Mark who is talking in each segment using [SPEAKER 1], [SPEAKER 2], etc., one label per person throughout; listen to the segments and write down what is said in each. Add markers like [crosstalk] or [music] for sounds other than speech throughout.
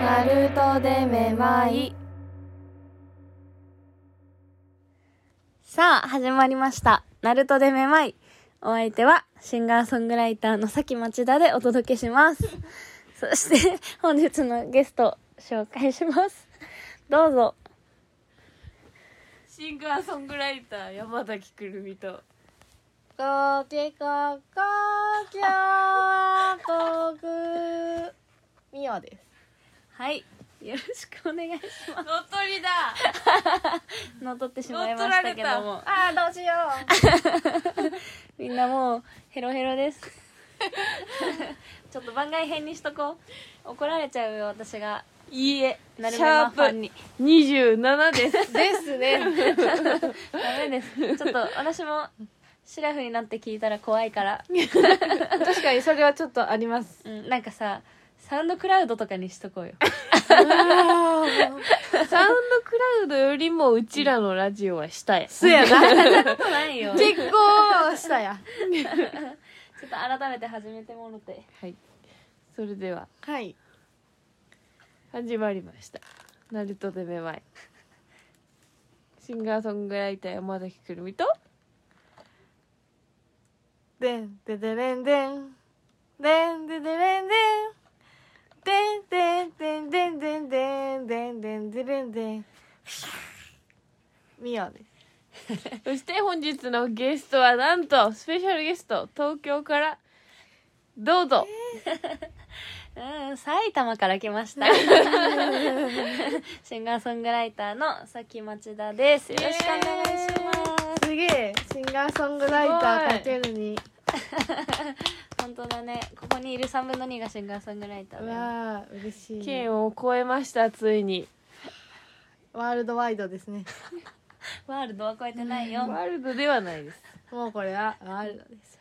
[SPEAKER 1] ナルトでめまい。
[SPEAKER 2] さあ、始まりました。ナルトでめまい。お相手は、シンガーソングライターのさきまちだでお届けし [laughs] ます。そして、本日のゲスト、紹介します。どうぞ。
[SPEAKER 1] シンガーソングライター山崎くるみと。
[SPEAKER 2] ごけかかきゃとぐみおです。はい。よろしくお願いしま
[SPEAKER 1] 乗っ取りだ。
[SPEAKER 2] す。のとってしまいましたけど
[SPEAKER 1] 乗
[SPEAKER 2] も
[SPEAKER 1] っ取られ。
[SPEAKER 3] あーどうしよ
[SPEAKER 2] みんなもうヘロヘロです [laughs] ちょっと番外編にしとこう怒られちゃうよ私が
[SPEAKER 1] いいえ。
[SPEAKER 2] なるべ
[SPEAKER 1] シ
[SPEAKER 2] く
[SPEAKER 1] ャー
[SPEAKER 2] ファン
[SPEAKER 1] プ
[SPEAKER 2] に
[SPEAKER 1] 二十七です。
[SPEAKER 3] うですね
[SPEAKER 2] ダメですちょっと私もシラフになって聞いたら怖い [laughs] から、
[SPEAKER 3] 確かにそれはちょっとあり
[SPEAKER 1] [laughs]
[SPEAKER 3] ます
[SPEAKER 2] うん、なんかさサウンドクラウドとかにしとこうよ
[SPEAKER 3] サウンド
[SPEAKER 1] サウンドクラウドよりもうちらのラジオは下や。
[SPEAKER 3] クやな
[SPEAKER 2] [laughs] そんなことないよ [laughs] ちょっ
[SPEAKER 3] 結構したや
[SPEAKER 2] と改めて始めてもろて
[SPEAKER 1] はい。それでは
[SPEAKER 3] はい
[SPEAKER 1] 始まりました。ナルトで
[SPEAKER 3] [laughs]
[SPEAKER 1] めまい。シンガーソングライター山崎くるみと。
[SPEAKER 3] でんででれんでんでんででれんでんでんでんでんでんでんでんでんでんでんでんでんみおです
[SPEAKER 1] そして本日のゲストはなんとスペシャルゲスト東京からどうぞ
[SPEAKER 2] うん埼玉から来ました [laughs] シンガーソングライターのさきまちだですよろしくお願いします
[SPEAKER 3] すげえシンガーソングライターかけるに
[SPEAKER 2] 本当だねここにいる3分の2がシンガーソングライター
[SPEAKER 3] う
[SPEAKER 2] だよ
[SPEAKER 3] わー嬉しい
[SPEAKER 1] 県を超えましたついに
[SPEAKER 3] ワールドワイドですね
[SPEAKER 2] ワールドは超えてないよ
[SPEAKER 1] ワールドではないです
[SPEAKER 3] もうこれはワールドです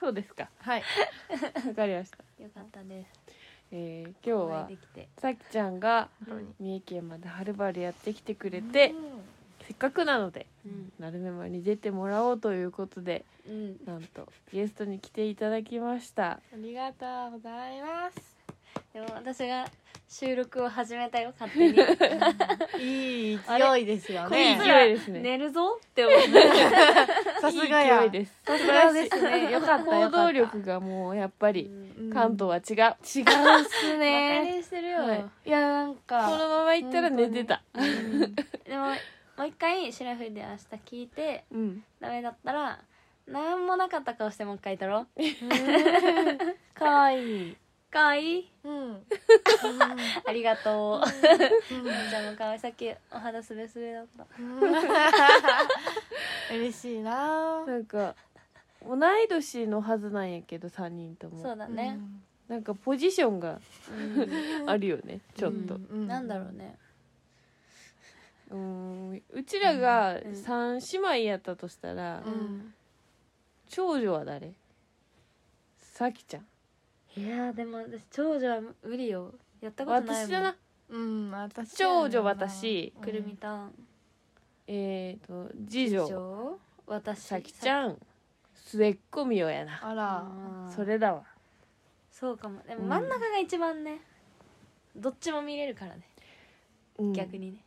[SPEAKER 1] そうですか
[SPEAKER 3] はい
[SPEAKER 1] わかりました、
[SPEAKER 2] よかったです
[SPEAKER 1] えー、今
[SPEAKER 2] お
[SPEAKER 1] 日
[SPEAKER 2] 会い
[SPEAKER 1] は
[SPEAKER 2] できて
[SPEAKER 1] さきちゃんが三重県まではるばるやってきてくれてせっかくなので
[SPEAKER 2] うん
[SPEAKER 1] なるめまに出てもらおうということで
[SPEAKER 2] うん
[SPEAKER 1] なんとゲストに来ていただきました
[SPEAKER 3] ありがとうございます。
[SPEAKER 2] でも私が収録を始めたよ勝手に
[SPEAKER 3] いい勢いですよ
[SPEAKER 1] いい
[SPEAKER 3] ね。
[SPEAKER 1] 勢いですね
[SPEAKER 2] 寝るぞって思って
[SPEAKER 3] さすがや。
[SPEAKER 1] いい勢いです
[SPEAKER 3] さすがですね。よかった
[SPEAKER 1] 行
[SPEAKER 3] よかった。
[SPEAKER 1] 動力がもうやっぱり
[SPEAKER 3] うん
[SPEAKER 1] 関東は違う、
[SPEAKER 3] 違うっす
[SPEAKER 2] バカ
[SPEAKER 3] ね。
[SPEAKER 2] にしてるよ、
[SPEAKER 1] はい
[SPEAKER 3] いやなんか。
[SPEAKER 1] このまま行ったら寝てた
[SPEAKER 2] でももう一回シラフで明日聞いて
[SPEAKER 1] うん
[SPEAKER 2] ダメだったら何もなかった顔してもう一回撮ろう [laughs]
[SPEAKER 3] 可愛い。
[SPEAKER 2] かわいい
[SPEAKER 3] うん。うん
[SPEAKER 2] ありがとうじゃあもうかわいいさっきお肌すべすべだった
[SPEAKER 3] うん嬉しいな。
[SPEAKER 1] なんか同い年のはずなんやけど3人とも
[SPEAKER 2] そうだね、
[SPEAKER 1] なんかポジションが
[SPEAKER 2] うん
[SPEAKER 1] あるよねちょっと
[SPEAKER 3] うん。
[SPEAKER 2] なんだろうね
[SPEAKER 1] うーんうちらが
[SPEAKER 2] うん
[SPEAKER 1] 3姉妹やったとしたら、
[SPEAKER 3] う
[SPEAKER 2] うん
[SPEAKER 3] ん。
[SPEAKER 1] 長女は誰さきちゃん
[SPEAKER 2] いやーでも私長女は無理よやったことないもん
[SPEAKER 1] 私だな、
[SPEAKER 3] うん。私
[SPEAKER 1] 長女私
[SPEAKER 2] くるみ。たん
[SPEAKER 1] えー、と次女
[SPEAKER 2] 長私
[SPEAKER 1] さきちゃん末っ子みよやな
[SPEAKER 3] あ
[SPEAKER 2] あ
[SPEAKER 3] ら。
[SPEAKER 2] ー
[SPEAKER 1] それだわ
[SPEAKER 2] そうかもでも
[SPEAKER 1] うん
[SPEAKER 2] 真ん中が一番ね、どっちも見れるからね逆
[SPEAKER 1] に
[SPEAKER 2] にね、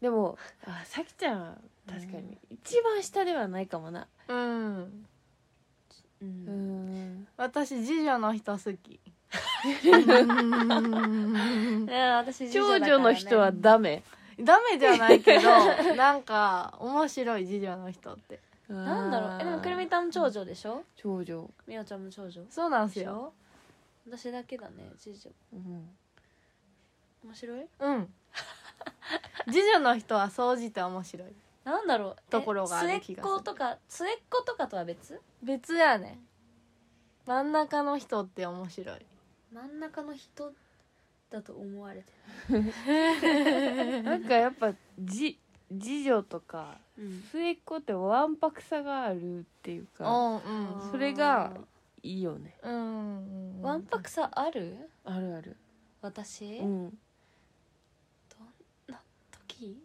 [SPEAKER 1] でもあさきちゃんは確かに一番下ではないかもな
[SPEAKER 3] うん。
[SPEAKER 2] う
[SPEAKER 1] うー
[SPEAKER 2] ん
[SPEAKER 1] ん
[SPEAKER 3] 私次女の人好き。うん
[SPEAKER 2] うん、私次
[SPEAKER 1] 長
[SPEAKER 2] 女だからね
[SPEAKER 1] 女の人はダメ
[SPEAKER 3] ダメじゃないけどなんか面白い次女の人って
[SPEAKER 2] なんだろうえでもくるみたんも長女でしょ
[SPEAKER 1] 長女、
[SPEAKER 2] みおちゃんも長女
[SPEAKER 3] そうなんす
[SPEAKER 2] でし
[SPEAKER 3] よ
[SPEAKER 2] ょ私だけだね次女
[SPEAKER 1] うん、
[SPEAKER 2] 面白い
[SPEAKER 3] うん次女の人は総じて面白い
[SPEAKER 2] なんだろうえ
[SPEAKER 3] ところがある
[SPEAKER 2] 末
[SPEAKER 3] 気
[SPEAKER 2] っ
[SPEAKER 3] がする
[SPEAKER 2] 子とか末っ子とかとは別
[SPEAKER 3] 別やね真ん中の人って面白 [laughs] い
[SPEAKER 2] 真ん中の人だと思われて
[SPEAKER 1] なんかやっぱじ次女とか
[SPEAKER 2] る、うん
[SPEAKER 1] 末っ子ってわんぱくさがあるっていうか
[SPEAKER 3] おうん
[SPEAKER 1] それがいいよね
[SPEAKER 3] うん
[SPEAKER 2] わんぱくさある
[SPEAKER 1] あるある
[SPEAKER 2] 私、
[SPEAKER 1] うん
[SPEAKER 2] どんな時時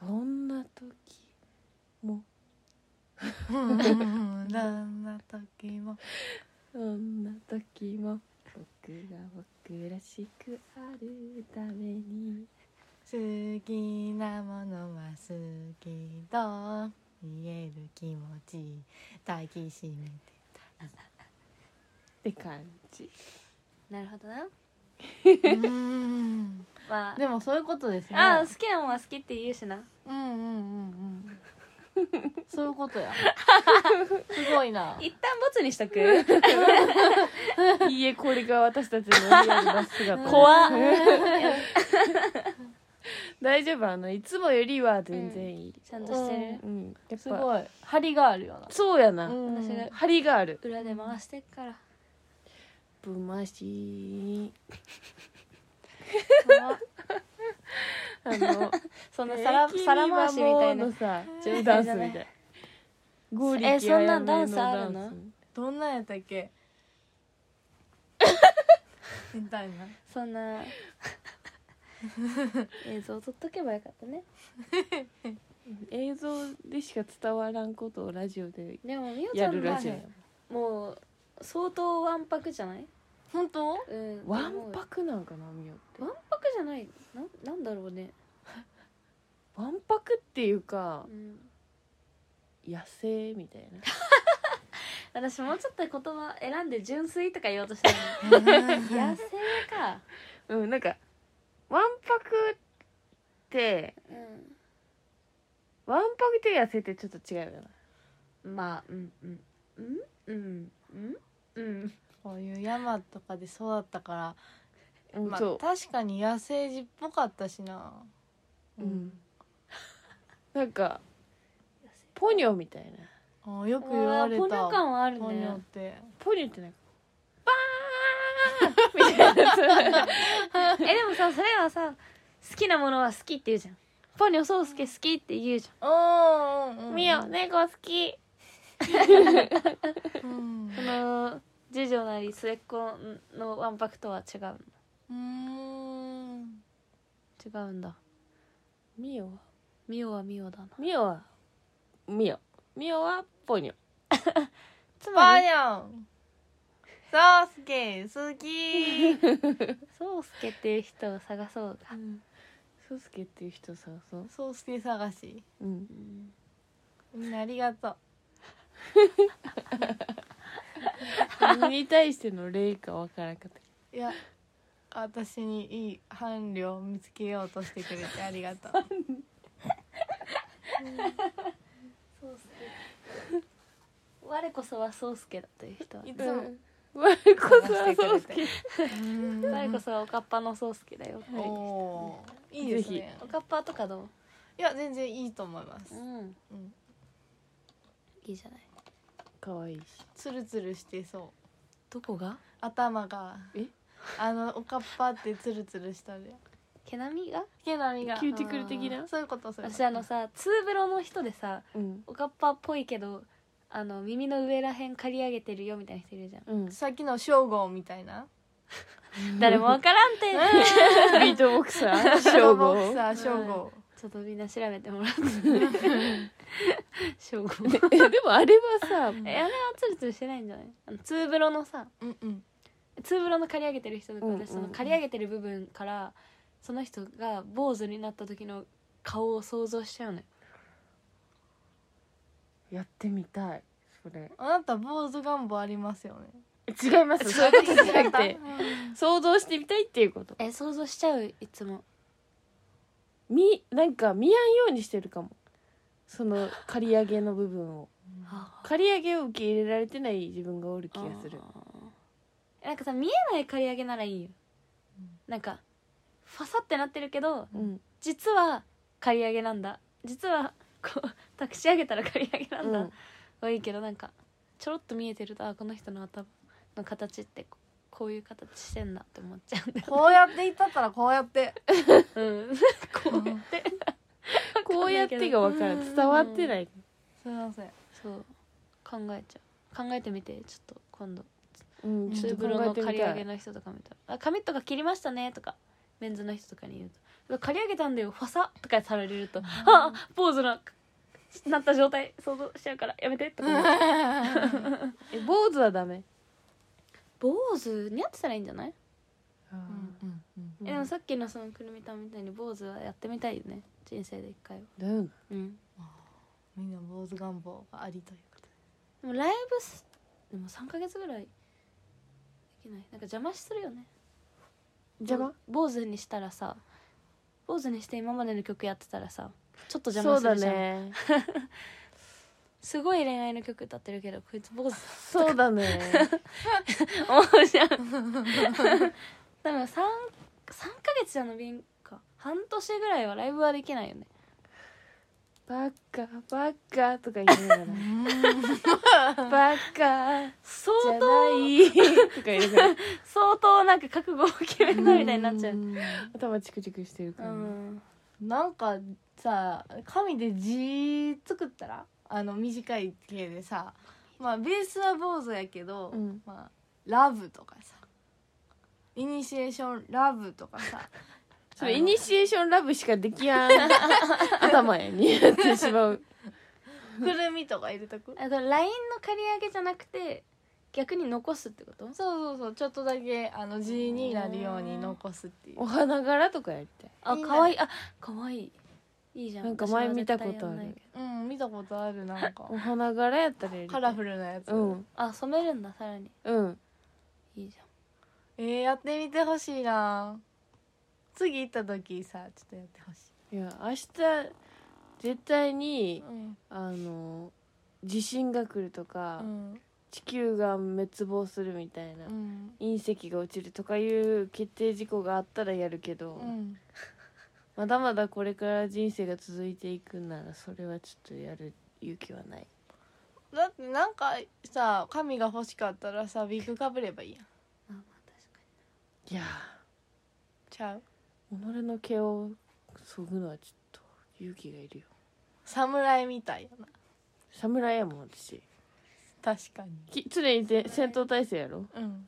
[SPEAKER 1] どんな時も
[SPEAKER 3] うん [laughs] どんな時も
[SPEAKER 1] どんな時も僕が僕らしくあるために
[SPEAKER 3] 好きなものは好きと言える気持ち抱きしめて
[SPEAKER 1] って感
[SPEAKER 2] [laughs]
[SPEAKER 1] じ
[SPEAKER 2] なるほどな
[SPEAKER 3] うん
[SPEAKER 2] まあ
[SPEAKER 3] でもそういうことですね
[SPEAKER 2] あ好きなもんは好きって言うしな
[SPEAKER 3] うんうんうんうんそういうことやすごいな
[SPEAKER 2] 一旦ボツにしとく
[SPEAKER 1] いいえこれが私たちのリアルな姿
[SPEAKER 2] 怖っ
[SPEAKER 1] 大丈夫あのいつもよりは全然いい、
[SPEAKER 2] ちゃんとしてる
[SPEAKER 1] うんやっ
[SPEAKER 3] す
[SPEAKER 1] ぱ
[SPEAKER 3] ごい張りがあるよな
[SPEAKER 1] そうやな、
[SPEAKER 3] うん
[SPEAKER 2] 私が
[SPEAKER 1] 張りがある
[SPEAKER 2] 裏で回してっから
[SPEAKER 1] ぶま [laughs] しあの
[SPEAKER 2] [laughs] そんな皿皿回しみたいな [laughs]
[SPEAKER 1] のさちょダンスみたいなゴーリキ
[SPEAKER 2] そんな
[SPEAKER 1] あやめの
[SPEAKER 2] ダンスあるの
[SPEAKER 1] ダンス
[SPEAKER 3] どんなんやったっけみたいな
[SPEAKER 2] そん
[SPEAKER 1] [laughs]
[SPEAKER 2] な映像撮っとけばよかったね
[SPEAKER 1] 映像でしか伝わらんことをラジオで
[SPEAKER 2] でもみおち
[SPEAKER 1] や
[SPEAKER 2] ゃん
[SPEAKER 1] るラ
[SPEAKER 2] が
[SPEAKER 1] ジオ
[SPEAKER 2] もう相当わんぱくじゃない
[SPEAKER 3] 本当
[SPEAKER 2] うん
[SPEAKER 1] わ
[SPEAKER 2] 思
[SPEAKER 1] ん
[SPEAKER 2] う
[SPEAKER 1] ぱくなんかなみよって
[SPEAKER 2] わんぱくじゃないなんなんだろうね、
[SPEAKER 1] わんぱくっていうか
[SPEAKER 2] うん、
[SPEAKER 1] 野生みたいな
[SPEAKER 2] [laughs] 私もうちょっと言葉選んで純粋とか言おうとしたの
[SPEAKER 1] [laughs]
[SPEAKER 2] に野生か
[SPEAKER 1] うんなんかわんぱくって
[SPEAKER 2] う
[SPEAKER 1] わんぱくと野生ってちょっと違うよなん
[SPEAKER 2] まあうんうんうんうんうんうん
[SPEAKER 3] こういう山とかで育ったから、
[SPEAKER 1] うん、
[SPEAKER 3] まあ、
[SPEAKER 1] そう
[SPEAKER 3] 確かに野生児っぽかったしな
[SPEAKER 1] うん、なんかポニョみたいな
[SPEAKER 3] あよく言われた
[SPEAKER 2] ポニョ感はある
[SPEAKER 3] ポニョっ
[SPEAKER 2] ね
[SPEAKER 3] て
[SPEAKER 1] ポニョってなんかバーンみたいなやつ
[SPEAKER 2] えでもさそれはさ好きなものは好きって言うじゃんポニョそうすけ好きって言うじ
[SPEAKER 3] うんうんうん
[SPEAKER 1] みよ猫好き
[SPEAKER 3] うん
[SPEAKER 2] ゃんこの次女なり末っ子のわんぱくとは違うの
[SPEAKER 3] うーん
[SPEAKER 2] 違うんだ
[SPEAKER 1] みよは
[SPEAKER 2] ミオはミオだな
[SPEAKER 1] みよはみよみよはポニョ
[SPEAKER 2] つ
[SPEAKER 3] ポ
[SPEAKER 2] ま
[SPEAKER 3] ニ
[SPEAKER 2] り
[SPEAKER 3] ョそうすけ好き
[SPEAKER 2] そうすけっていう人を探そうか
[SPEAKER 1] そうすけっていう人探そう
[SPEAKER 3] そうすけ探 [laughs] し
[SPEAKER 1] うん
[SPEAKER 3] みんなありがとう
[SPEAKER 1] 何に対しての例かわからんかった
[SPEAKER 3] いや私にいい伴侶を見つけようとしてくれてありがとう
[SPEAKER 2] そうすけ我こそはそうすけだという人はね
[SPEAKER 3] いつも
[SPEAKER 1] 我こそはそうす
[SPEAKER 3] 探
[SPEAKER 1] け
[SPEAKER 2] 我こそはおかっぱのそうすけだよ
[SPEAKER 3] おおーいいですね
[SPEAKER 2] おかっぱとかど
[SPEAKER 3] いや全然いいと思います
[SPEAKER 2] う、ん
[SPEAKER 3] うん、
[SPEAKER 2] いいじゃない
[SPEAKER 1] 可愛いし
[SPEAKER 3] ツルツルしてそう
[SPEAKER 2] どこが
[SPEAKER 3] 頭が
[SPEAKER 1] え
[SPEAKER 3] あのおかっぱってツルツルしたり
[SPEAKER 2] 毛並みが
[SPEAKER 3] 毛並みが
[SPEAKER 1] キューティクル的な
[SPEAKER 3] そういうことそういうこと
[SPEAKER 2] 私あのさツーブロの人でさ
[SPEAKER 1] うん
[SPEAKER 2] おかっぱっぽいけどあの耳の上らへん刈り上げてるよみたいな人いるじゃん
[SPEAKER 1] [laughs] うん
[SPEAKER 3] さっきの正吾みたいな
[SPEAKER 2] 誰もわからんって
[SPEAKER 1] ビートボクサー [laughs] 称
[SPEAKER 3] ボ
[SPEAKER 1] 号
[SPEAKER 3] クサー正吾
[SPEAKER 2] ちょっとみんな調べてもらって正午
[SPEAKER 1] えでもあれはさ
[SPEAKER 2] [laughs] えあれはツルツルしてないんじゃないあのツーブロのさ
[SPEAKER 3] うんうん
[SPEAKER 2] ツーブロの刈り上げてる人とか
[SPEAKER 1] うんうんうん
[SPEAKER 2] 私その刈り上げてる部分からその人が坊主になった時の顔を想像しちゃうのよ
[SPEAKER 1] やってみたいそれ
[SPEAKER 3] あなた坊主願望ありますよね
[SPEAKER 1] 違いますそういうことじゃなくて想像してみたいっていうこと
[SPEAKER 2] え想像しちゃういつも
[SPEAKER 1] みなんか見やんようにしてるかもその刈り上げの部分を刈り上げを受け入れられてない自分がおる気がする
[SPEAKER 2] あーなんかさ見えない刈り上げならいいよなんかファサってなってるけど
[SPEAKER 1] うん
[SPEAKER 2] 実は刈り上げなんだ実はこう託し上げたら刈り上げなんだ、
[SPEAKER 1] うん
[SPEAKER 2] はいいけどなんかちょろっと見えてるとあこの人の頭の形ってここういう形してんだって思っちゃうんだよ
[SPEAKER 3] こうやって言ったったらこうやって
[SPEAKER 2] うん、 [laughs]
[SPEAKER 3] こうやって
[SPEAKER 1] こうやってが分からん伝わってない
[SPEAKER 3] すいません
[SPEAKER 2] そう考えちゃう考えてみてちょっと今度
[SPEAKER 1] うん
[SPEAKER 2] ツ
[SPEAKER 1] ちょ
[SPEAKER 2] ー
[SPEAKER 1] っ
[SPEAKER 2] ブ
[SPEAKER 1] と
[SPEAKER 2] ロ
[SPEAKER 1] 考え
[SPEAKER 2] の
[SPEAKER 1] て
[SPEAKER 2] 刈
[SPEAKER 1] み
[SPEAKER 2] り上
[SPEAKER 1] た
[SPEAKER 2] げ
[SPEAKER 1] い
[SPEAKER 2] の人とか見たら「あ髪とか切りましたね」とかメンズの人とかに言うと「刈り上げたんだよファサ」とかされると「ああポーズななった状態想像しちゃうからやめて」とか思っちゃう
[SPEAKER 1] え坊主はダメ、
[SPEAKER 2] 坊主にやってたらいいんじゃない、
[SPEAKER 3] うんうん
[SPEAKER 1] うん
[SPEAKER 2] えでもさっきのそのくるみたんみたいに坊主はやってみたいよね人生で一回は
[SPEAKER 1] だよね
[SPEAKER 2] うん
[SPEAKER 3] みんな坊主願望がありということで
[SPEAKER 2] でもライブすでも3ヶ月ぐらいできないなんか邪魔するよね
[SPEAKER 1] 邪魔
[SPEAKER 2] 坊主にしたらさ坊主にして今までの曲やってたらさちょっと邪
[SPEAKER 1] そ
[SPEAKER 2] 魔
[SPEAKER 1] う
[SPEAKER 2] する
[SPEAKER 1] だ
[SPEAKER 2] じゃん、
[SPEAKER 1] ね
[SPEAKER 2] すごい恋愛の曲歌ってるけどこいつ坊主
[SPEAKER 1] そうだね
[SPEAKER 2] [laughs] 思うじゃ [laughs] ん多分 3, 三ヶ月じゃ伸びんか半年ぐらいはライブはできないよね
[SPEAKER 1] バカバカとか言いながらバカ
[SPEAKER 2] 相
[SPEAKER 1] じゃ
[SPEAKER 2] 当 [laughs]
[SPEAKER 1] ないとか言いながら
[SPEAKER 2] 相当なんか覚悟を決めたみたいになっちゃう
[SPEAKER 1] 頭チクチクしてるから、
[SPEAKER 2] うん
[SPEAKER 3] なんかさ紙で字作ったらあの短い系でさまあベースは坊主やけど、
[SPEAKER 1] うん
[SPEAKER 3] まあ、ラブとかさイニシエーションラブとかさ
[SPEAKER 1] [laughs] それイニシエーションラブしかできやん頭やにやってしまう
[SPEAKER 3] くるみとか入れとく
[SPEAKER 2] あだから LINE の借り上げじゃなくて逆に残すってこと
[SPEAKER 3] そうそうそうちょっとだけあの字になるように残すっていう
[SPEAKER 1] お花柄とかやりたい
[SPEAKER 2] あ
[SPEAKER 3] いいね
[SPEAKER 2] 可愛いあ可愛いいいじゃん
[SPEAKER 1] なんか前
[SPEAKER 2] 私は
[SPEAKER 1] 見
[SPEAKER 2] 絶
[SPEAKER 1] た
[SPEAKER 2] 対
[SPEAKER 1] ことある
[SPEAKER 2] やんないけど
[SPEAKER 3] うん見たことあるなんか
[SPEAKER 1] お花柄やったらやりた
[SPEAKER 3] カ
[SPEAKER 1] い
[SPEAKER 3] ラフルなやつ、
[SPEAKER 1] うん
[SPEAKER 2] あ染めるんださらに
[SPEAKER 1] うん
[SPEAKER 2] いいじゃん
[SPEAKER 3] えー、やってみてほしいな次行った時さちょっとやってほし
[SPEAKER 1] いや明日絶対に
[SPEAKER 3] い、うん
[SPEAKER 1] あの地震が来るとか、
[SPEAKER 3] うん
[SPEAKER 1] 地球が滅亡するみたいな、
[SPEAKER 3] うん
[SPEAKER 1] 隕石が落ちるとかいう決定事項があったらやるけど、
[SPEAKER 3] うん
[SPEAKER 1] まだまだこれから人生が続いていくならそれはちょっとやる勇気はない
[SPEAKER 3] だってなんかさ紙が欲しかったらさビッグかぶればいいやん
[SPEAKER 2] あまあ確か
[SPEAKER 1] いや
[SPEAKER 3] ちゃう
[SPEAKER 1] ー己の毛をそぐのはちょっと勇気がいるよ
[SPEAKER 3] 侍みたいやな
[SPEAKER 1] 侍やもん私
[SPEAKER 3] 確かに
[SPEAKER 1] き常にぜ戦闘態勢やろ
[SPEAKER 3] うん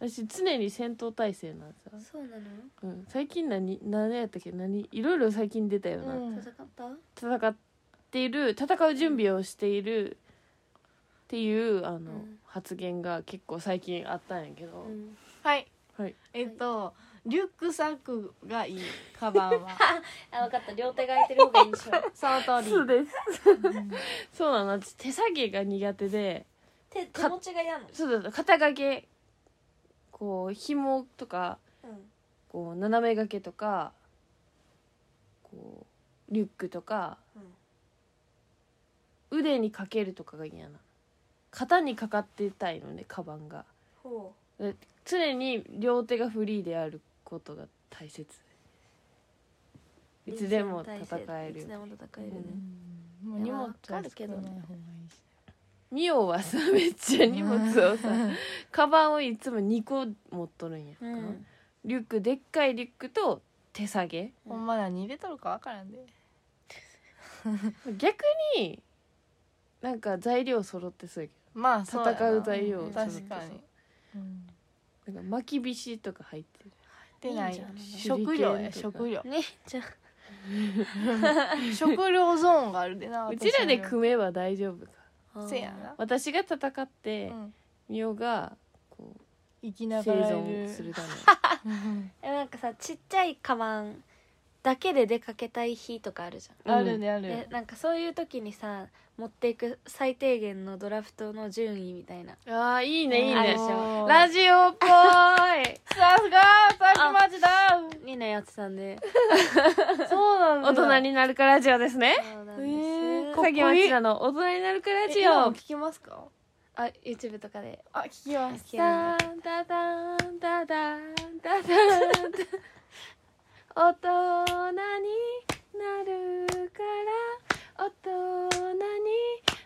[SPEAKER 1] 私常に戦闘態勢なんさ
[SPEAKER 2] にそうなの
[SPEAKER 1] うん、最近何何やったっけ何いろいろ最近出たよな、
[SPEAKER 3] うん
[SPEAKER 2] 戦った
[SPEAKER 1] 戦っている戦う準備をしているっていうあの、
[SPEAKER 2] ん
[SPEAKER 1] 発言が結構最近あったんやけど、
[SPEAKER 2] うん
[SPEAKER 3] はい
[SPEAKER 1] はい
[SPEAKER 3] えっとリュックサックがいいカバンは
[SPEAKER 2] あ分かった両手が空いてる方がいいんでしょ
[SPEAKER 3] その通り
[SPEAKER 1] そうですそうなの私手下げが苦手で
[SPEAKER 2] 手手持ちが嫌なの
[SPEAKER 1] そうだそう肩掛けこう紐とか
[SPEAKER 2] うん
[SPEAKER 1] こう斜め掛けとかこうリュックとか腕にかけるとかが嫌な肩にかかってたいのねカバンが
[SPEAKER 2] ほ
[SPEAKER 1] 常に両手がフリーであることが大切
[SPEAKER 2] う
[SPEAKER 1] いつでも戦える
[SPEAKER 2] いつでも戦えるね
[SPEAKER 3] うんもう荷物は少ない方がいいし
[SPEAKER 1] ミオはさめっちゃ荷物
[SPEAKER 2] [laughs]
[SPEAKER 1] をさカバンをいつも2個持っとるんや、
[SPEAKER 2] うん
[SPEAKER 1] リュックでっかいリュックと手下げ
[SPEAKER 3] ほんま何入れとるかわからんで
[SPEAKER 1] 逆になんか材料揃ってそうやけ
[SPEAKER 3] まあそうやな
[SPEAKER 1] 戦う材料
[SPEAKER 3] ん確
[SPEAKER 1] そう
[SPEAKER 3] か
[SPEAKER 1] そう
[SPEAKER 3] にうん
[SPEAKER 1] どなんか巻きびしとか入ってる
[SPEAKER 3] でない
[SPEAKER 2] いいんじゃない
[SPEAKER 3] 食料や
[SPEAKER 1] 手裏剣とか
[SPEAKER 3] 食料
[SPEAKER 2] ねじゃあ
[SPEAKER 3] 食料ゾーンがあるでな
[SPEAKER 1] うちらで
[SPEAKER 3] く
[SPEAKER 1] 組めば大丈夫か
[SPEAKER 2] あー
[SPEAKER 3] せやな
[SPEAKER 1] 私が戦って
[SPEAKER 3] うん
[SPEAKER 1] ミオがこう
[SPEAKER 3] 生き
[SPEAKER 1] 生
[SPEAKER 3] ながら
[SPEAKER 1] 存するため
[SPEAKER 3] うん
[SPEAKER 2] えなんかさちっちゃいカバンだけで出かけたい日とかあるじゃん
[SPEAKER 1] うん
[SPEAKER 3] あるねある
[SPEAKER 2] えなんかそういう時にさ持っていく最低限のドラフトの順位みたいな
[SPEAKER 1] [laughs] あーいいねいい
[SPEAKER 2] ある
[SPEAKER 1] ね
[SPEAKER 2] でしょ
[SPEAKER 1] ラ
[SPEAKER 3] ジ
[SPEAKER 1] ジオ [laughs] っぽい
[SPEAKER 3] さすがさきまちだ
[SPEAKER 2] にねやってたんで
[SPEAKER 3] そうなんだ
[SPEAKER 1] 大人になるかラジオですね
[SPEAKER 2] そうなんです、
[SPEAKER 3] えー、
[SPEAKER 1] さ
[SPEAKER 3] こ
[SPEAKER 1] っきまちらの大人になるかラ
[SPEAKER 3] ラ
[SPEAKER 1] ジ
[SPEAKER 3] ジオ
[SPEAKER 1] オ
[SPEAKER 3] 聞きますか
[SPEAKER 2] あ YouTube とかで
[SPEAKER 3] あ聞きます
[SPEAKER 2] きま
[SPEAKER 1] ダダンダダンダダン大人になるから大人に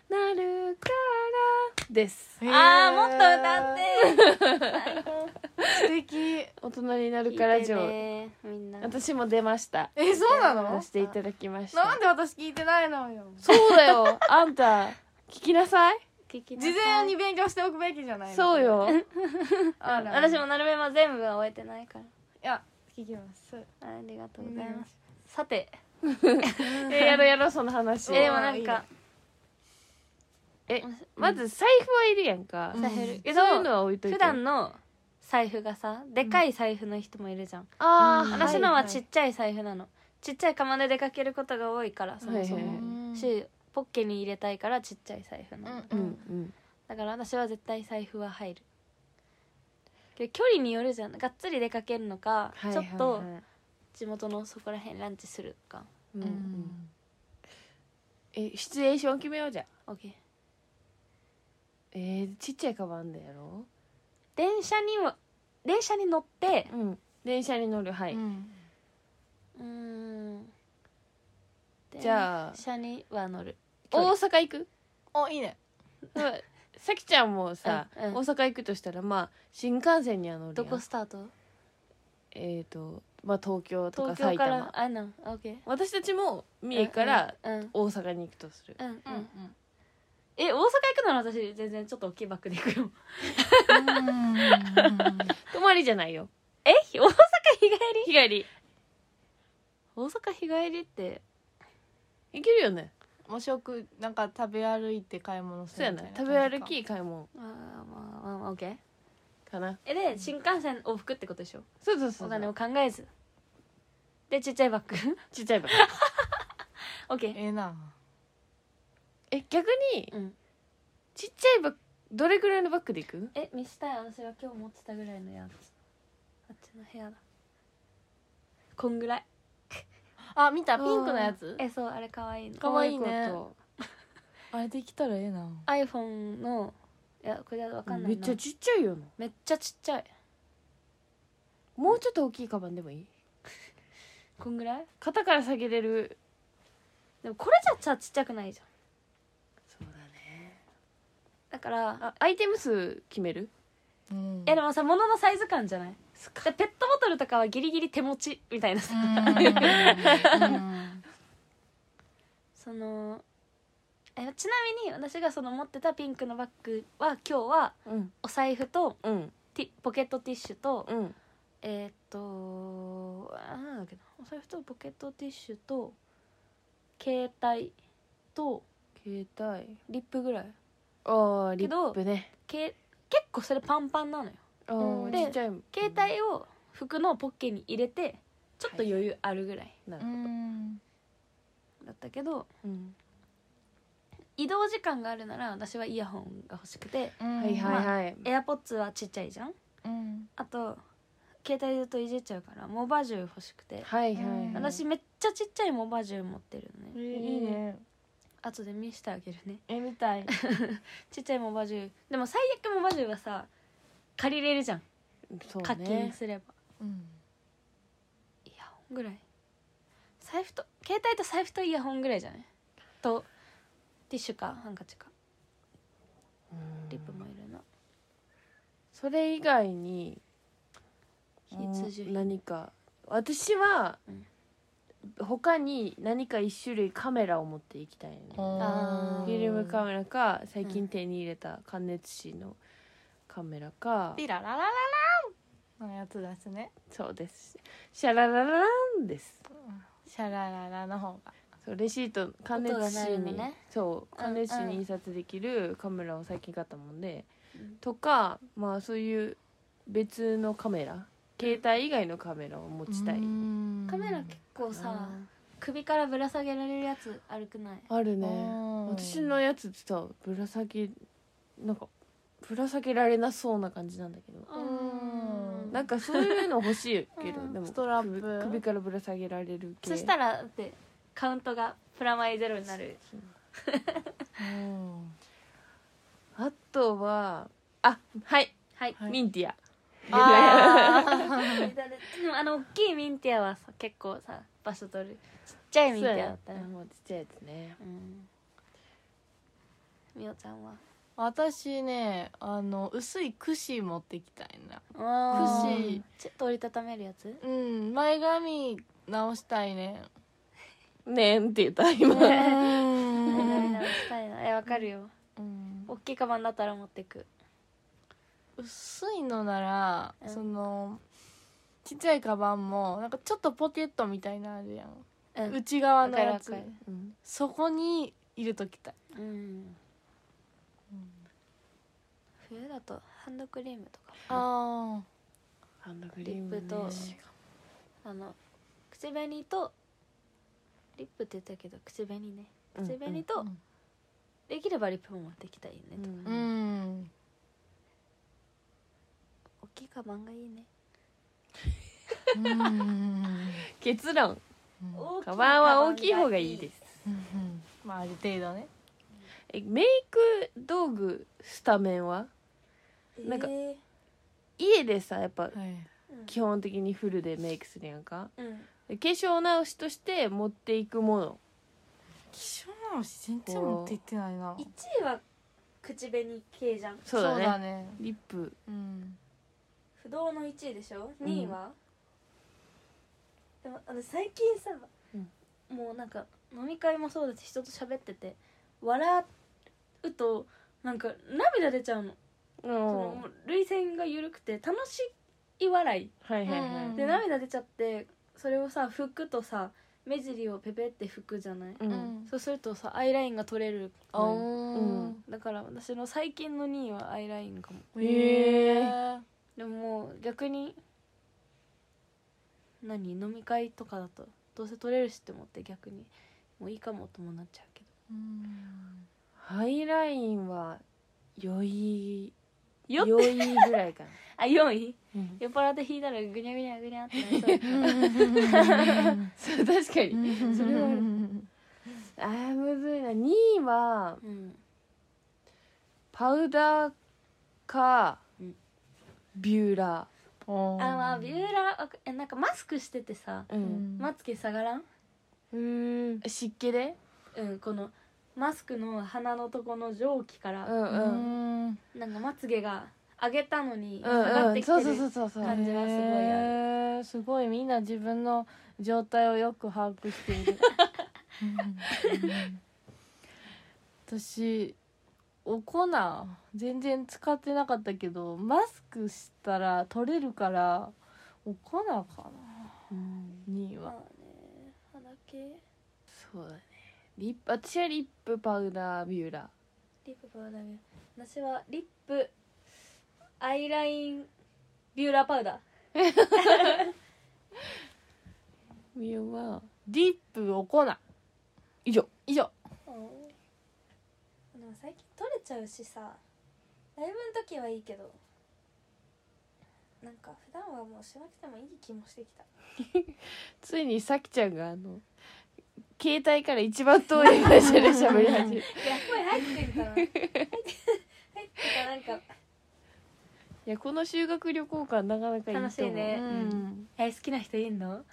[SPEAKER 1] なるからです
[SPEAKER 2] あーもっと歌って
[SPEAKER 3] 素敵
[SPEAKER 1] 大人にな
[SPEAKER 2] 聞
[SPEAKER 1] る
[SPEAKER 2] い
[SPEAKER 1] かラジ
[SPEAKER 2] て
[SPEAKER 1] オ
[SPEAKER 2] ねみんな
[SPEAKER 1] 私も出ました
[SPEAKER 3] えそうな
[SPEAKER 1] 出
[SPEAKER 3] の
[SPEAKER 1] していただきまし
[SPEAKER 3] なん
[SPEAKER 1] た
[SPEAKER 3] で私聞いてないのよ
[SPEAKER 1] そうだよあんた聞きなさい
[SPEAKER 2] 聞きなさ
[SPEAKER 3] 事
[SPEAKER 2] い
[SPEAKER 3] 前に勉強しておくべきじゃないの
[SPEAKER 1] そうよ
[SPEAKER 3] あら
[SPEAKER 2] 私もなるべま全部は終えてないから
[SPEAKER 3] いや聞聞きます
[SPEAKER 2] ありがと
[SPEAKER 3] お
[SPEAKER 2] うござ
[SPEAKER 3] 願
[SPEAKER 2] い
[SPEAKER 3] いし
[SPEAKER 2] ま
[SPEAKER 3] ますす、
[SPEAKER 2] さて
[SPEAKER 1] えやろやろその話
[SPEAKER 2] え
[SPEAKER 3] う
[SPEAKER 2] でもなんか
[SPEAKER 1] えまず財布はいるやんか、
[SPEAKER 3] うん
[SPEAKER 2] 財布いる
[SPEAKER 1] え
[SPEAKER 2] け
[SPEAKER 1] そういうの
[SPEAKER 2] ど
[SPEAKER 1] は置いといて
[SPEAKER 2] 普段の財布がさでかい財布の人もいるじゃん、
[SPEAKER 1] あ
[SPEAKER 3] うん
[SPEAKER 1] あ
[SPEAKER 2] 私のはちっ
[SPEAKER 1] ち
[SPEAKER 2] ちゃい財布なの、ちっちゃい釜で出かけることが多いからそもそも、
[SPEAKER 1] はいはいは
[SPEAKER 2] しポッケに入れたいからちっちゃい財布なの、
[SPEAKER 1] う
[SPEAKER 3] うんん
[SPEAKER 1] うん
[SPEAKER 2] だから私は絶対財布は入るけど距離によるじゃんがっつり出かけるのか、
[SPEAKER 1] はいはい
[SPEAKER 2] ちょ
[SPEAKER 1] はい
[SPEAKER 2] っと地元のそこら辺ランチするか
[SPEAKER 1] うんう
[SPEAKER 3] うん
[SPEAKER 1] んえシチュエーション決めようじゃん
[SPEAKER 2] OK
[SPEAKER 1] えー、ちっちゃいカバンだやろ
[SPEAKER 2] 電車にも電車に乗って
[SPEAKER 1] うん電車に乗るはい、
[SPEAKER 3] うん
[SPEAKER 2] うーん
[SPEAKER 1] じゃあ
[SPEAKER 2] 電車には乗る
[SPEAKER 1] 大阪行く
[SPEAKER 3] おいいね
[SPEAKER 1] うんさきちゃんもさ、
[SPEAKER 2] うんうん
[SPEAKER 1] 大阪行くとしたらまあ新幹線には乗るやん
[SPEAKER 2] どこスタート
[SPEAKER 1] えっ、とまあ東京とか
[SPEAKER 2] 東京
[SPEAKER 1] 埼
[SPEAKER 2] か
[SPEAKER 1] 玉
[SPEAKER 2] らあな OK
[SPEAKER 1] 私たちも三重から
[SPEAKER 2] うんうん
[SPEAKER 1] 大阪に行くとする、
[SPEAKER 2] うん、うん
[SPEAKER 3] うん
[SPEAKER 2] え大阪行くなら私全然ちょっと大きいバッグで行くよ
[SPEAKER 1] 泊まりじゃないよ
[SPEAKER 2] え大阪日帰り
[SPEAKER 1] 日帰り
[SPEAKER 2] 大阪日帰りって
[SPEAKER 1] 行けるよね
[SPEAKER 3] もしよくなんか食べ歩いて買い物す
[SPEAKER 1] そうや
[SPEAKER 3] るみ
[SPEAKER 1] な
[SPEAKER 3] たいな
[SPEAKER 1] 食べ歩き買い物
[SPEAKER 2] あーまあまあまあ OK
[SPEAKER 1] かな
[SPEAKER 2] えで新幹線往復ってことでしょ
[SPEAKER 1] そうそうそ
[SPEAKER 2] お
[SPEAKER 1] う
[SPEAKER 2] 金を考えずでちっちゃいバッグ
[SPEAKER 1] ちっちゃいバッ
[SPEAKER 2] [laughs]
[SPEAKER 1] グ
[SPEAKER 2] OK
[SPEAKER 3] ええな
[SPEAKER 1] え逆に
[SPEAKER 2] うん
[SPEAKER 1] ちっちゃいバッグどれぐらいのバッグで行く
[SPEAKER 2] え見したい私が今日持ってたぐらいのやつあっちの部屋だこんぐらい
[SPEAKER 3] あ見たピンクのやつ
[SPEAKER 2] えそうあれかわいいの
[SPEAKER 3] かわいいね
[SPEAKER 1] 可愛子
[SPEAKER 3] あれできたらええな
[SPEAKER 2] iPhone のいやこれはわ
[SPEAKER 1] と
[SPEAKER 2] かんな
[SPEAKER 1] め
[SPEAKER 2] い
[SPEAKER 1] っ
[SPEAKER 2] な
[SPEAKER 1] ちゃちっちゃいよな
[SPEAKER 2] めっちゃちっちゃい
[SPEAKER 1] もうちょっと大きいカバンでもいい
[SPEAKER 2] こんぐらい
[SPEAKER 1] 肩から下げれる
[SPEAKER 2] でもこれじゃさちっちゃくないじゃん
[SPEAKER 1] そうだね
[SPEAKER 2] だから
[SPEAKER 1] あアイテム数決める
[SPEAKER 3] うん
[SPEAKER 2] えでもさ物のサイズ感じゃないでペットボトルとかはギリギリ手持ちみたいなさ
[SPEAKER 3] うん
[SPEAKER 2] そのえちなみに私がその持ってたピンクのバッグは今日は
[SPEAKER 1] うん
[SPEAKER 2] お財布と
[SPEAKER 1] うん
[SPEAKER 2] ティポケットティッシュと、
[SPEAKER 1] うん
[SPEAKER 2] えーっとあなんだっけなお財布とポケットティッシュと携帯と
[SPEAKER 1] 携帯
[SPEAKER 2] リップぐらい
[SPEAKER 1] ああリ
[SPEAKER 2] けど
[SPEAKER 1] ップね
[SPEAKER 2] け結構それパンパンなのよ
[SPEAKER 1] あー
[SPEAKER 3] うん
[SPEAKER 1] ちっちゃい
[SPEAKER 2] 携帯を服のポッケに入れてちょっと余裕あるぐらい
[SPEAKER 1] なる
[SPEAKER 3] う
[SPEAKER 1] ほど
[SPEAKER 3] ん
[SPEAKER 2] だったけど
[SPEAKER 1] うん
[SPEAKER 2] 移動時間があるなら私はイヤホンが欲しくて
[SPEAKER 1] はいはいはい
[SPEAKER 2] エアポッツはちっちゃいじゃん
[SPEAKER 3] うん
[SPEAKER 2] あと携帯ずっといじっちゃうからモバジュ欲しくて
[SPEAKER 1] はいはいはい
[SPEAKER 2] 私めっちゃちっちゃいモバジュ持ってるのね
[SPEAKER 3] いいね
[SPEAKER 2] 後で見してあげるね
[SPEAKER 3] えみたい
[SPEAKER 2] ちっちゃいモバジュでも最悪モバジュはさ借りれるじゃん
[SPEAKER 1] そう
[SPEAKER 2] 課金
[SPEAKER 1] ね
[SPEAKER 2] すれば
[SPEAKER 3] うん
[SPEAKER 2] イヤホンぐらい財布と携帯と財布とイヤホンぐらいじゃないとティッシュかハンカチかリップもいるな
[SPEAKER 1] それ以外に
[SPEAKER 2] 必需品
[SPEAKER 1] 何か私は
[SPEAKER 2] うん
[SPEAKER 1] 他に何か一種類カメラを持っていきたいね
[SPEAKER 2] あー
[SPEAKER 1] フィルムカメラか最近手に入れた感熱紙のカメラか
[SPEAKER 3] ピララララランのやつですね
[SPEAKER 1] そうですシャラララランです
[SPEAKER 3] シャラララの方が
[SPEAKER 1] そうレシート感熱
[SPEAKER 2] 音が鳴
[SPEAKER 1] 紙
[SPEAKER 2] る
[SPEAKER 1] に、
[SPEAKER 2] のね
[SPEAKER 1] そ
[SPEAKER 2] う
[SPEAKER 1] う
[SPEAKER 2] んうん
[SPEAKER 1] 感熱紙に印刷できるカメラを最近買ったもんで、
[SPEAKER 2] うん
[SPEAKER 1] とかまあそういう別のカメラ携帯以外のカメラを持ちたい、
[SPEAKER 2] カメラ結構さ首からぶら下げられるやつ悪くない
[SPEAKER 1] あるね私
[SPEAKER 3] 私
[SPEAKER 1] のやつってさぶら下げなんかぶら下げられなそうな感じなんだけど
[SPEAKER 3] うん
[SPEAKER 1] なんかそういうの欲しいけど、
[SPEAKER 2] うん
[SPEAKER 1] でも
[SPEAKER 3] ストラップ
[SPEAKER 1] 首首からぶら下げられる系
[SPEAKER 2] そしたらだってカウントがプラマイゼロになる
[SPEAKER 1] あとはあはい、
[SPEAKER 2] はい
[SPEAKER 3] はい
[SPEAKER 1] ミンティア [laughs]
[SPEAKER 3] あ
[SPEAKER 2] でもあの大きいミンティアはさ結構さ場所取るちっちゃいミンティアだったら
[SPEAKER 1] そうやなもうちっちゃいやつね
[SPEAKER 2] うんみおちゃんは
[SPEAKER 3] 私ねあの薄い櫛持ってきたいな
[SPEAKER 2] あー
[SPEAKER 1] ー
[SPEAKER 2] ちょっと折りたためるやつ
[SPEAKER 3] うん前髪直したいね
[SPEAKER 1] ねんって言った今
[SPEAKER 2] 前髪直したいなえわかるよ
[SPEAKER 3] うん
[SPEAKER 2] 大きいカバンだったら持ってく
[SPEAKER 3] 薄いのなら、
[SPEAKER 2] うん
[SPEAKER 3] そのちっちゃいカバンもなんかちょっとポケットみたいなのあるやん、
[SPEAKER 2] うん
[SPEAKER 3] 内側のやつ
[SPEAKER 1] わかるわかるうん
[SPEAKER 3] そこに入れときたい
[SPEAKER 2] うん冬だとハンドクリームとか
[SPEAKER 3] あ
[SPEAKER 1] ハンドクリーム、
[SPEAKER 2] リ
[SPEAKER 1] ね、
[SPEAKER 2] ップとあの口紅とリップって言ったけど口紅ね
[SPEAKER 1] うん
[SPEAKER 2] 口紅と、
[SPEAKER 3] うん
[SPEAKER 2] できればリップも持ってきたいねと、
[SPEAKER 1] うん
[SPEAKER 3] うん、うん、
[SPEAKER 2] 大きいカバンがいいね
[SPEAKER 1] 結論
[SPEAKER 3] うん
[SPEAKER 1] カバンは大きい方がいいですす
[SPEAKER 3] まあある程度ね
[SPEAKER 1] えメイク道具スタメンはなんか
[SPEAKER 2] え
[SPEAKER 1] 家でさやっぱ
[SPEAKER 3] はい
[SPEAKER 1] 基本的にフルでメイクするやんか
[SPEAKER 2] ーうん
[SPEAKER 1] で化粧直しとして持っていくもの
[SPEAKER 3] 化粧直し全然持っていってないな
[SPEAKER 2] 1位は口紅系じゃん
[SPEAKER 1] そうだね
[SPEAKER 3] ね
[SPEAKER 1] リップ
[SPEAKER 3] うん
[SPEAKER 2] 不動の1位でしょ
[SPEAKER 1] ん
[SPEAKER 2] 2位は、でもあの最近さ、
[SPEAKER 1] うん
[SPEAKER 2] もうなんか飲み会もそうだし人と喋ってて笑うとなんか涙出ちゃうの
[SPEAKER 1] うん
[SPEAKER 2] そのもう涙腺が緩くて楽しい笑い
[SPEAKER 1] はいはいはい
[SPEAKER 3] うん
[SPEAKER 2] で涙出ちゃってそれをさ拭くとさ目尻をペペって拭くじゃない、
[SPEAKER 1] うん、
[SPEAKER 2] そうするとさアイラインが取れる
[SPEAKER 3] あー
[SPEAKER 1] うん
[SPEAKER 2] だから私の最近の2位はアイラインかも
[SPEAKER 1] へえ
[SPEAKER 2] でももう逆に何飲み会とかだとどうせ取れるしって思って逆にもういいかもともなっちゃうけ
[SPEAKER 3] うん
[SPEAKER 1] ハイラインは良い良いぐらいか
[SPEAKER 2] ど
[SPEAKER 1] な、
[SPEAKER 2] あ4位
[SPEAKER 1] うん
[SPEAKER 2] 酔っ払って引いたらぐにゃぐにゃぐにゃってなりそう
[SPEAKER 1] [laughs] そう確かに
[SPEAKER 3] それはある
[SPEAKER 1] あーむずいな2位は
[SPEAKER 2] うん
[SPEAKER 1] パウダーか
[SPEAKER 2] うん
[SPEAKER 1] ビューラ
[SPEAKER 2] あまあビューラーわかえなんかマスクしててさ
[SPEAKER 1] ーうん、
[SPEAKER 2] まつげ下がらん
[SPEAKER 1] うん、湿気で
[SPEAKER 2] うんこのマスクの鼻のとこの蒸気か
[SPEAKER 1] う
[SPEAKER 2] ら、
[SPEAKER 1] んうん
[SPEAKER 3] ん
[SPEAKER 2] なんかまつげが上げたのに
[SPEAKER 1] う
[SPEAKER 2] 下
[SPEAKER 1] ん
[SPEAKER 2] が
[SPEAKER 1] う
[SPEAKER 2] って
[SPEAKER 1] ん
[SPEAKER 2] きてる、
[SPEAKER 1] そうそうそうそうそう
[SPEAKER 2] 感じはすごいある
[SPEAKER 3] へーすごいみんな自分の状態をよく把握している私お粉全然使ってなかったけどマスクしたら取れるからお粉かな
[SPEAKER 1] うん
[SPEAKER 3] 2位
[SPEAKER 2] まあ
[SPEAKER 3] は
[SPEAKER 2] ね鼻系
[SPEAKER 1] そうだねリップ私はリップパウダービューラー
[SPEAKER 2] リップパウダー私はリップアイラインビューラーパウダー
[SPEAKER 1] みゆは
[SPEAKER 3] リップお粉
[SPEAKER 1] 以上
[SPEAKER 3] 以上
[SPEAKER 2] でも最近取れちゃうしさライブの時はいいけどなんか普段はもうしなくてもいい気もしてきた
[SPEAKER 1] ついにさきちゃんがあの携帯から一番遠い会社で喋り始める
[SPEAKER 2] いや声入ってるから [laughs] 入って入ってたなんか
[SPEAKER 1] いやこの修学旅行感なかなかいいと思う
[SPEAKER 2] 楽しいね
[SPEAKER 3] う
[SPEAKER 1] うん
[SPEAKER 3] ん
[SPEAKER 2] え好きな人いんの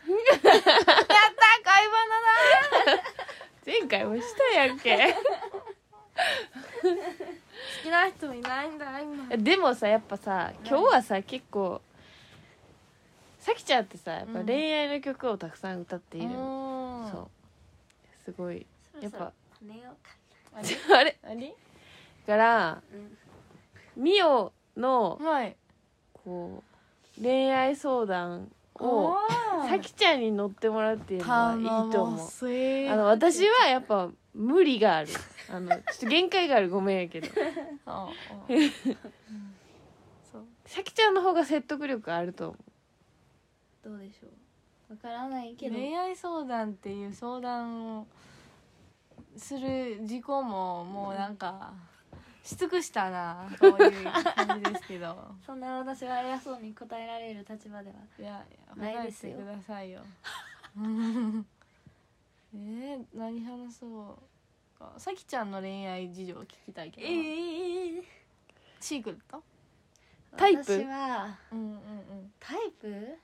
[SPEAKER 1] 前回もしたやんけ
[SPEAKER 3] 好きな人いないんだ今
[SPEAKER 1] でもさやっぱさ今日はさ結構さきちゃんってさやっぱ
[SPEAKER 3] うん
[SPEAKER 1] 恋愛の曲をたくさん歌っている、
[SPEAKER 3] そ
[SPEAKER 1] そうすごいやっぱ
[SPEAKER 2] 寝ようか
[SPEAKER 1] [laughs] あれ
[SPEAKER 3] あれ
[SPEAKER 1] から
[SPEAKER 2] う
[SPEAKER 1] ミオの
[SPEAKER 3] はい
[SPEAKER 1] こう恋愛相談をさ
[SPEAKER 3] さ
[SPEAKER 1] きちゃんに乗ってもらうっていうのはいいと思う
[SPEAKER 3] う
[SPEAKER 1] あの私はやっぱ無理があるあのちょっと限界があるごめんやけど
[SPEAKER 3] ああそう
[SPEAKER 1] さきちゃんの方が説得力あると思
[SPEAKER 2] んどうでしょうわからないけど、
[SPEAKER 3] 恋愛相談っていう相談をする事故ももうなん
[SPEAKER 1] [laughs]
[SPEAKER 3] かし尽くしたなそういう感じですけど
[SPEAKER 2] そんな私が偉そうに答えられる立場ではい
[SPEAKER 3] やいや
[SPEAKER 2] な
[SPEAKER 3] 話
[SPEAKER 2] いで
[SPEAKER 3] し
[SPEAKER 2] す
[SPEAKER 3] て
[SPEAKER 2] よ
[SPEAKER 3] くださ [laughs] いようんえー、何話そうかさきちゃんの恋愛事情聞きたいけど、
[SPEAKER 2] ええ
[SPEAKER 3] シークレット
[SPEAKER 1] タイプ
[SPEAKER 2] 私は
[SPEAKER 3] うんうんうん
[SPEAKER 2] タイプ
[SPEAKER 1] う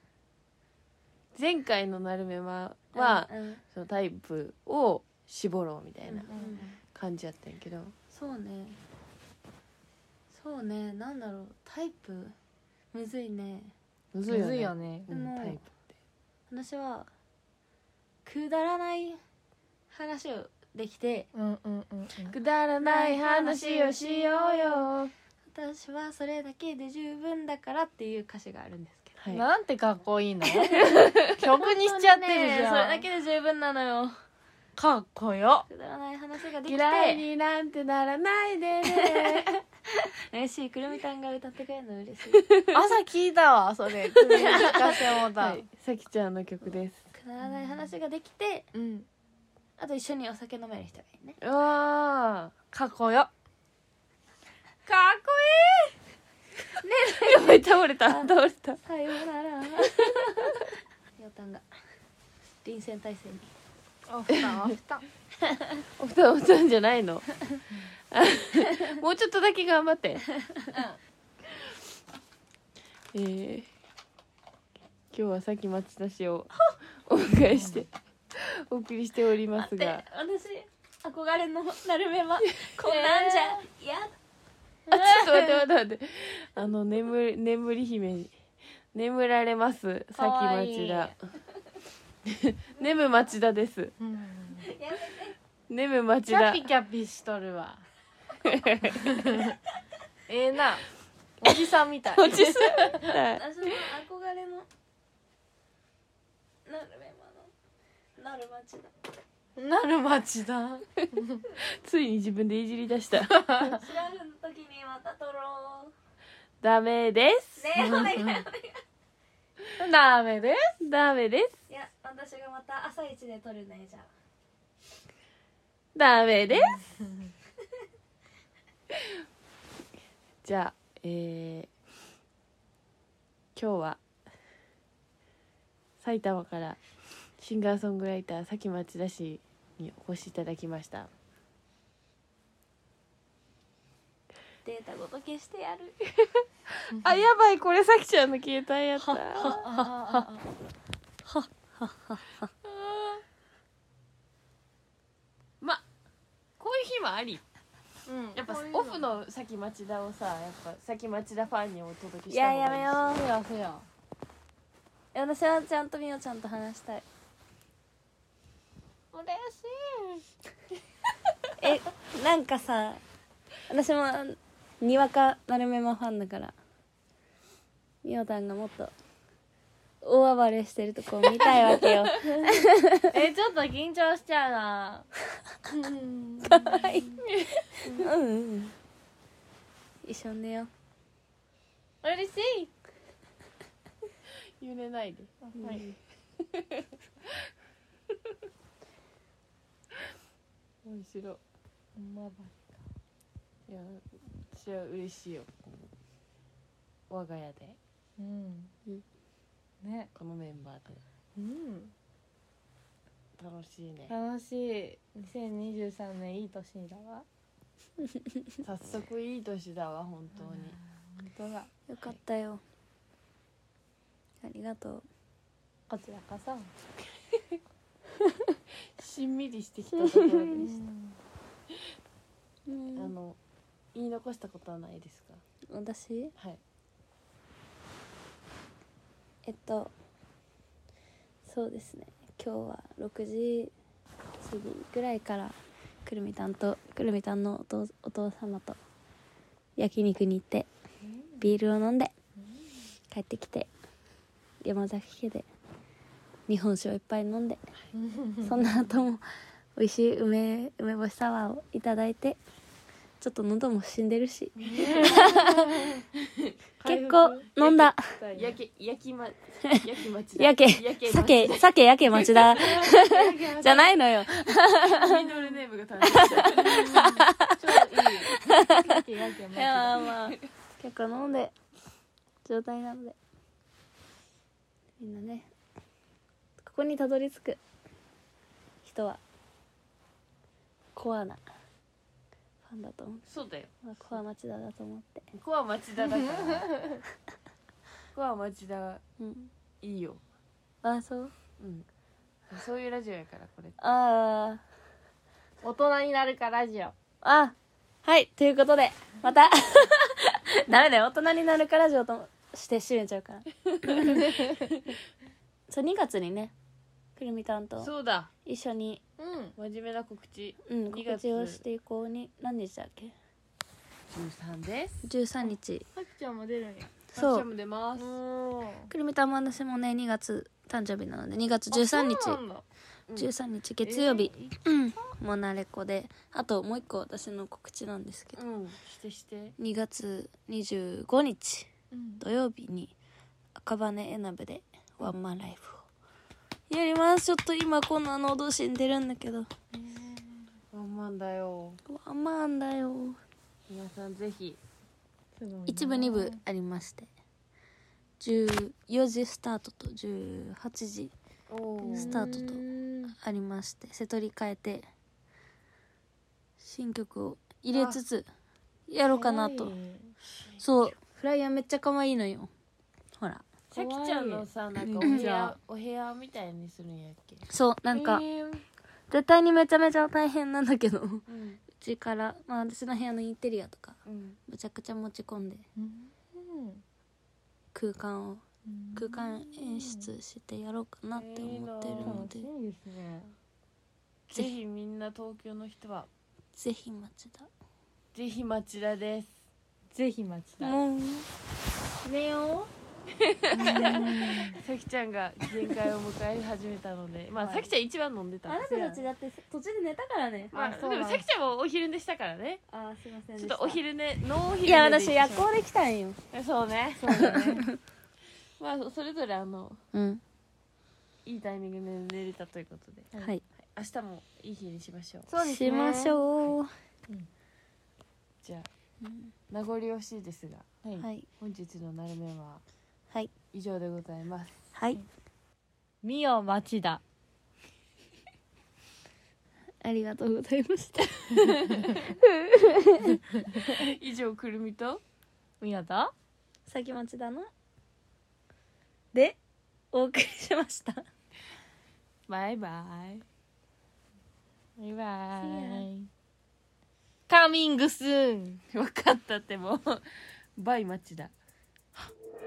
[SPEAKER 1] 前回の「なるめま」は、
[SPEAKER 2] うんうん
[SPEAKER 1] そのタイプを絞ろうみたいな
[SPEAKER 2] うんうん
[SPEAKER 1] 感じやったんやけど
[SPEAKER 2] そうねそうねなんだろうタイプむずいね
[SPEAKER 1] むず
[SPEAKER 3] む
[SPEAKER 1] いよ
[SPEAKER 3] ず
[SPEAKER 1] ね
[SPEAKER 3] いよね
[SPEAKER 1] うん
[SPEAKER 2] でも
[SPEAKER 1] タイプって
[SPEAKER 2] 私はくだらない話をできて
[SPEAKER 3] うんうんうん
[SPEAKER 1] くだらない話をしようよ
[SPEAKER 2] 私はそれだけで十分だからっていう歌詞があるんですけど
[SPEAKER 1] はい
[SPEAKER 3] なんてかっこいいの [laughs] 曲にしちゃってるじゃん、
[SPEAKER 2] それだけで十分なのよ
[SPEAKER 3] かっこよ
[SPEAKER 2] くだらない話ができ
[SPEAKER 1] 嫌
[SPEAKER 2] て
[SPEAKER 1] いになんてならないでね
[SPEAKER 2] 嬉しいくるみたんが歌ってくれるの嬉しい
[SPEAKER 3] 朝聞いたわそれ聞かせてもうた、
[SPEAKER 1] はいさきちゃんの曲です
[SPEAKER 2] くだらない話ができて
[SPEAKER 3] うん
[SPEAKER 2] あと一緒にお酒飲める人がいいね
[SPEAKER 1] うわ
[SPEAKER 3] かっこよ
[SPEAKER 2] かっこ
[SPEAKER 1] ーやばい [laughs] 倒れた倒れた
[SPEAKER 2] さようなら [laughs] ようたんが臨戦態勢に
[SPEAKER 3] おふたんおふたん
[SPEAKER 1] お布団お布団じゃない [laughs] のもうちょっとだけ頑張って、えー今日はさっき町田市をお迎えしてお送りしております
[SPEAKER 2] で
[SPEAKER 1] が
[SPEAKER 2] 私憧れのなるめはこんなんじゃ、やっ
[SPEAKER 1] [laughs] あちょっと待って待って待ってあの眠り眠り姫眠られますさ
[SPEAKER 2] かわ
[SPEAKER 1] っ
[SPEAKER 2] い
[SPEAKER 1] き
[SPEAKER 2] い
[SPEAKER 1] 町田眠町田です
[SPEAKER 3] うん
[SPEAKER 1] 眠町
[SPEAKER 3] キャ
[SPEAKER 1] 田
[SPEAKER 3] ピキャピしとる [laughs] わええなおじさんみたい
[SPEAKER 1] 落ちすぎない
[SPEAKER 2] 私の憧れのなるめまのなるまちだ
[SPEAKER 3] なる町だ
[SPEAKER 1] ついに自分でいじり出した
[SPEAKER 2] 知らん時にまた撮ろう
[SPEAKER 1] ダメです
[SPEAKER 2] ねえお願いお願い
[SPEAKER 3] ダメです
[SPEAKER 1] ダメです
[SPEAKER 2] いや私がまた朝一で撮るねじゃあ
[SPEAKER 1] ダメですじゃあえー今日は埼玉からシンガーソングライター佐木町田氏にお越しいただきました
[SPEAKER 2] データごと消してやる
[SPEAKER 1] あやばいこれさきちゃんの携帯 [laughs] やったまこういう日もあり
[SPEAKER 3] うん
[SPEAKER 1] やっぱオフのさき町田をさやっぱさき町田ファンにお届け
[SPEAKER 2] い
[SPEAKER 1] した
[SPEAKER 2] や
[SPEAKER 1] 方がいい
[SPEAKER 2] やめよう
[SPEAKER 3] ふやふや
[SPEAKER 2] いや私はちゃんとみおちゃんと話したい
[SPEAKER 3] 嬉しい
[SPEAKER 2] えなんかさ私もにわかなるめまファンだからみおたんがもっと大暴れしてるとこを見たいわけよ
[SPEAKER 3] えちょっと緊張しちゃうなうん
[SPEAKER 2] [laughs] うんうん一緒に寝よう
[SPEAKER 3] 嬉しい
[SPEAKER 1] 揺れないで
[SPEAKER 3] はい
[SPEAKER 1] 面白い
[SPEAKER 3] まば
[SPEAKER 1] いや私は嬉しいよ我が家で
[SPEAKER 3] うん
[SPEAKER 2] うん
[SPEAKER 3] ね
[SPEAKER 1] このメンバーで
[SPEAKER 3] うん
[SPEAKER 1] 楽しいね
[SPEAKER 3] 楽しい2023年いい年だわ
[SPEAKER 1] 早速いい年だわ本当に
[SPEAKER 3] 本当だ
[SPEAKER 2] よかったよ、ありがとう
[SPEAKER 3] こちらこそ
[SPEAKER 1] しんみりしてきたところ [laughs] でしたあ
[SPEAKER 2] うん
[SPEAKER 1] の言い残したことはないですか
[SPEAKER 2] 私
[SPEAKER 1] はい
[SPEAKER 2] えっとそうですね今日は6時過ぎぐらいからくるみたんとくるみたんのお父お父様と焼肉に行ってビールを飲んで帰ってきて山崎家で日本酒をいっぱい飲んでそんな後も美味しい梅梅干しサワーをいただいてちょっと喉も死んでるし [laughs] 結構飲んだ
[SPEAKER 1] やけ焼き [laughs] ま焼き町だ
[SPEAKER 2] やけ
[SPEAKER 1] やけ
[SPEAKER 2] 酒酒やけ町 [laughs] 田じゃ
[SPEAKER 1] い
[SPEAKER 2] ないの [laughs] よ
[SPEAKER 1] ミドルネームが誕生 [laughs] した
[SPEAKER 3] ちょうどいいやけやけ
[SPEAKER 2] いやまあ結構飲んで状態なのでみんなねここにたどり着く人はコアなファンだと思う、
[SPEAKER 1] そうだよ
[SPEAKER 2] まあ、コア町田だと思って
[SPEAKER 1] コア町田だから [laughs] コア町田
[SPEAKER 2] うん
[SPEAKER 1] いいよ
[SPEAKER 2] あそう
[SPEAKER 1] うんそういうラジオやからこれ
[SPEAKER 2] あー
[SPEAKER 3] 大人になるかラジオ
[SPEAKER 2] あはいということでまた [laughs] ダメだよ大人になるから上として締めちゃ
[SPEAKER 1] [laughs]
[SPEAKER 2] うからそう2月にねくるみたんと
[SPEAKER 1] そうだ
[SPEAKER 2] 一緒に
[SPEAKER 3] うん
[SPEAKER 1] 真面目な告知
[SPEAKER 2] うん、
[SPEAKER 1] 2
[SPEAKER 2] 告
[SPEAKER 1] 月
[SPEAKER 2] 知をしていこうに何日だっけ
[SPEAKER 1] 13です
[SPEAKER 2] 13日
[SPEAKER 3] さきちゃんも出るんや
[SPEAKER 2] そう
[SPEAKER 1] 私も出ます
[SPEAKER 2] くるみとま私もね2月誕生日なので2月13日
[SPEAKER 1] うん
[SPEAKER 2] 13日月曜日、
[SPEAKER 3] え
[SPEAKER 2] モナレコであともう一個私の告知なんですけど
[SPEAKER 1] うんしてして
[SPEAKER 2] 2月25日
[SPEAKER 3] うん
[SPEAKER 2] 土曜日に赤羽エナベでワンマンライブをやりますちょっと今こんな喉死んでるんだけど
[SPEAKER 1] ワンマンだよ
[SPEAKER 2] ワンマンだよ
[SPEAKER 1] 皆さんぜひ
[SPEAKER 3] すごいな
[SPEAKER 2] 一部二部ありまして14時スタートと18時
[SPEAKER 1] おー
[SPEAKER 2] スタートと
[SPEAKER 3] うん
[SPEAKER 2] ありまして瀬戸り変えて新曲を入れつつやろうかな
[SPEAKER 3] 可
[SPEAKER 2] と
[SPEAKER 3] 愛い
[SPEAKER 2] そうフライヤーめっちゃ可愛いのよほら
[SPEAKER 1] さきちゃんのさなんかお
[SPEAKER 2] うん
[SPEAKER 1] 部屋お部屋みたいにするんやっけ
[SPEAKER 2] そうなんか
[SPEAKER 1] えー
[SPEAKER 2] 絶対にめちゃめちゃ大変なんだけどう
[SPEAKER 1] うん
[SPEAKER 2] ちからまあ私の部屋のインテリアとか
[SPEAKER 1] うん
[SPEAKER 2] むちゃくちゃ持ち込んで
[SPEAKER 3] うん
[SPEAKER 2] 空間を
[SPEAKER 3] うん
[SPEAKER 2] 空間演出してやろうかなって思ってるの
[SPEAKER 3] 楽
[SPEAKER 2] で
[SPEAKER 3] しみですね
[SPEAKER 1] ぜひみんな東京の人は
[SPEAKER 2] ぜひ町田
[SPEAKER 1] ぜひ町田です
[SPEAKER 3] ぜひ待ちたい
[SPEAKER 2] もう
[SPEAKER 3] ねよ
[SPEAKER 1] さきちゃんが限界を迎え始めたのでまあ
[SPEAKER 3] はい
[SPEAKER 1] さきちゃん一番飲んでたんですよ
[SPEAKER 2] だって途中で寝たからね
[SPEAKER 1] まあ
[SPEAKER 3] あそう
[SPEAKER 1] で
[SPEAKER 3] なん
[SPEAKER 1] も
[SPEAKER 3] だ
[SPEAKER 1] さきちゃんもお昼寝したからね
[SPEAKER 2] あすいません
[SPEAKER 1] ちょっとお昼寝ノーお昼寝
[SPEAKER 2] いや私
[SPEAKER 1] で
[SPEAKER 2] 夜行で来たんよ
[SPEAKER 1] そうねそうね [laughs] まあそれぞれあの
[SPEAKER 2] うん
[SPEAKER 1] いいタイミングで寝れたということで
[SPEAKER 2] はい
[SPEAKER 1] 明日もいい日にしましょう
[SPEAKER 3] そうですね
[SPEAKER 2] しましょう
[SPEAKER 1] じゃあ
[SPEAKER 2] うん
[SPEAKER 1] 名残惜しいですが
[SPEAKER 3] はい
[SPEAKER 2] はい
[SPEAKER 1] 本日のなるめは
[SPEAKER 2] はい
[SPEAKER 1] 以上でございます
[SPEAKER 2] はい
[SPEAKER 3] みよ町田
[SPEAKER 2] ありがとうございました
[SPEAKER 1] 以上くるみと
[SPEAKER 3] 宮田
[SPEAKER 2] 先町だなでお送りしました
[SPEAKER 1] バイバイ
[SPEAKER 3] バイバ
[SPEAKER 2] イ
[SPEAKER 3] イカミングスーン
[SPEAKER 1] 分かったってもうバイマッチだ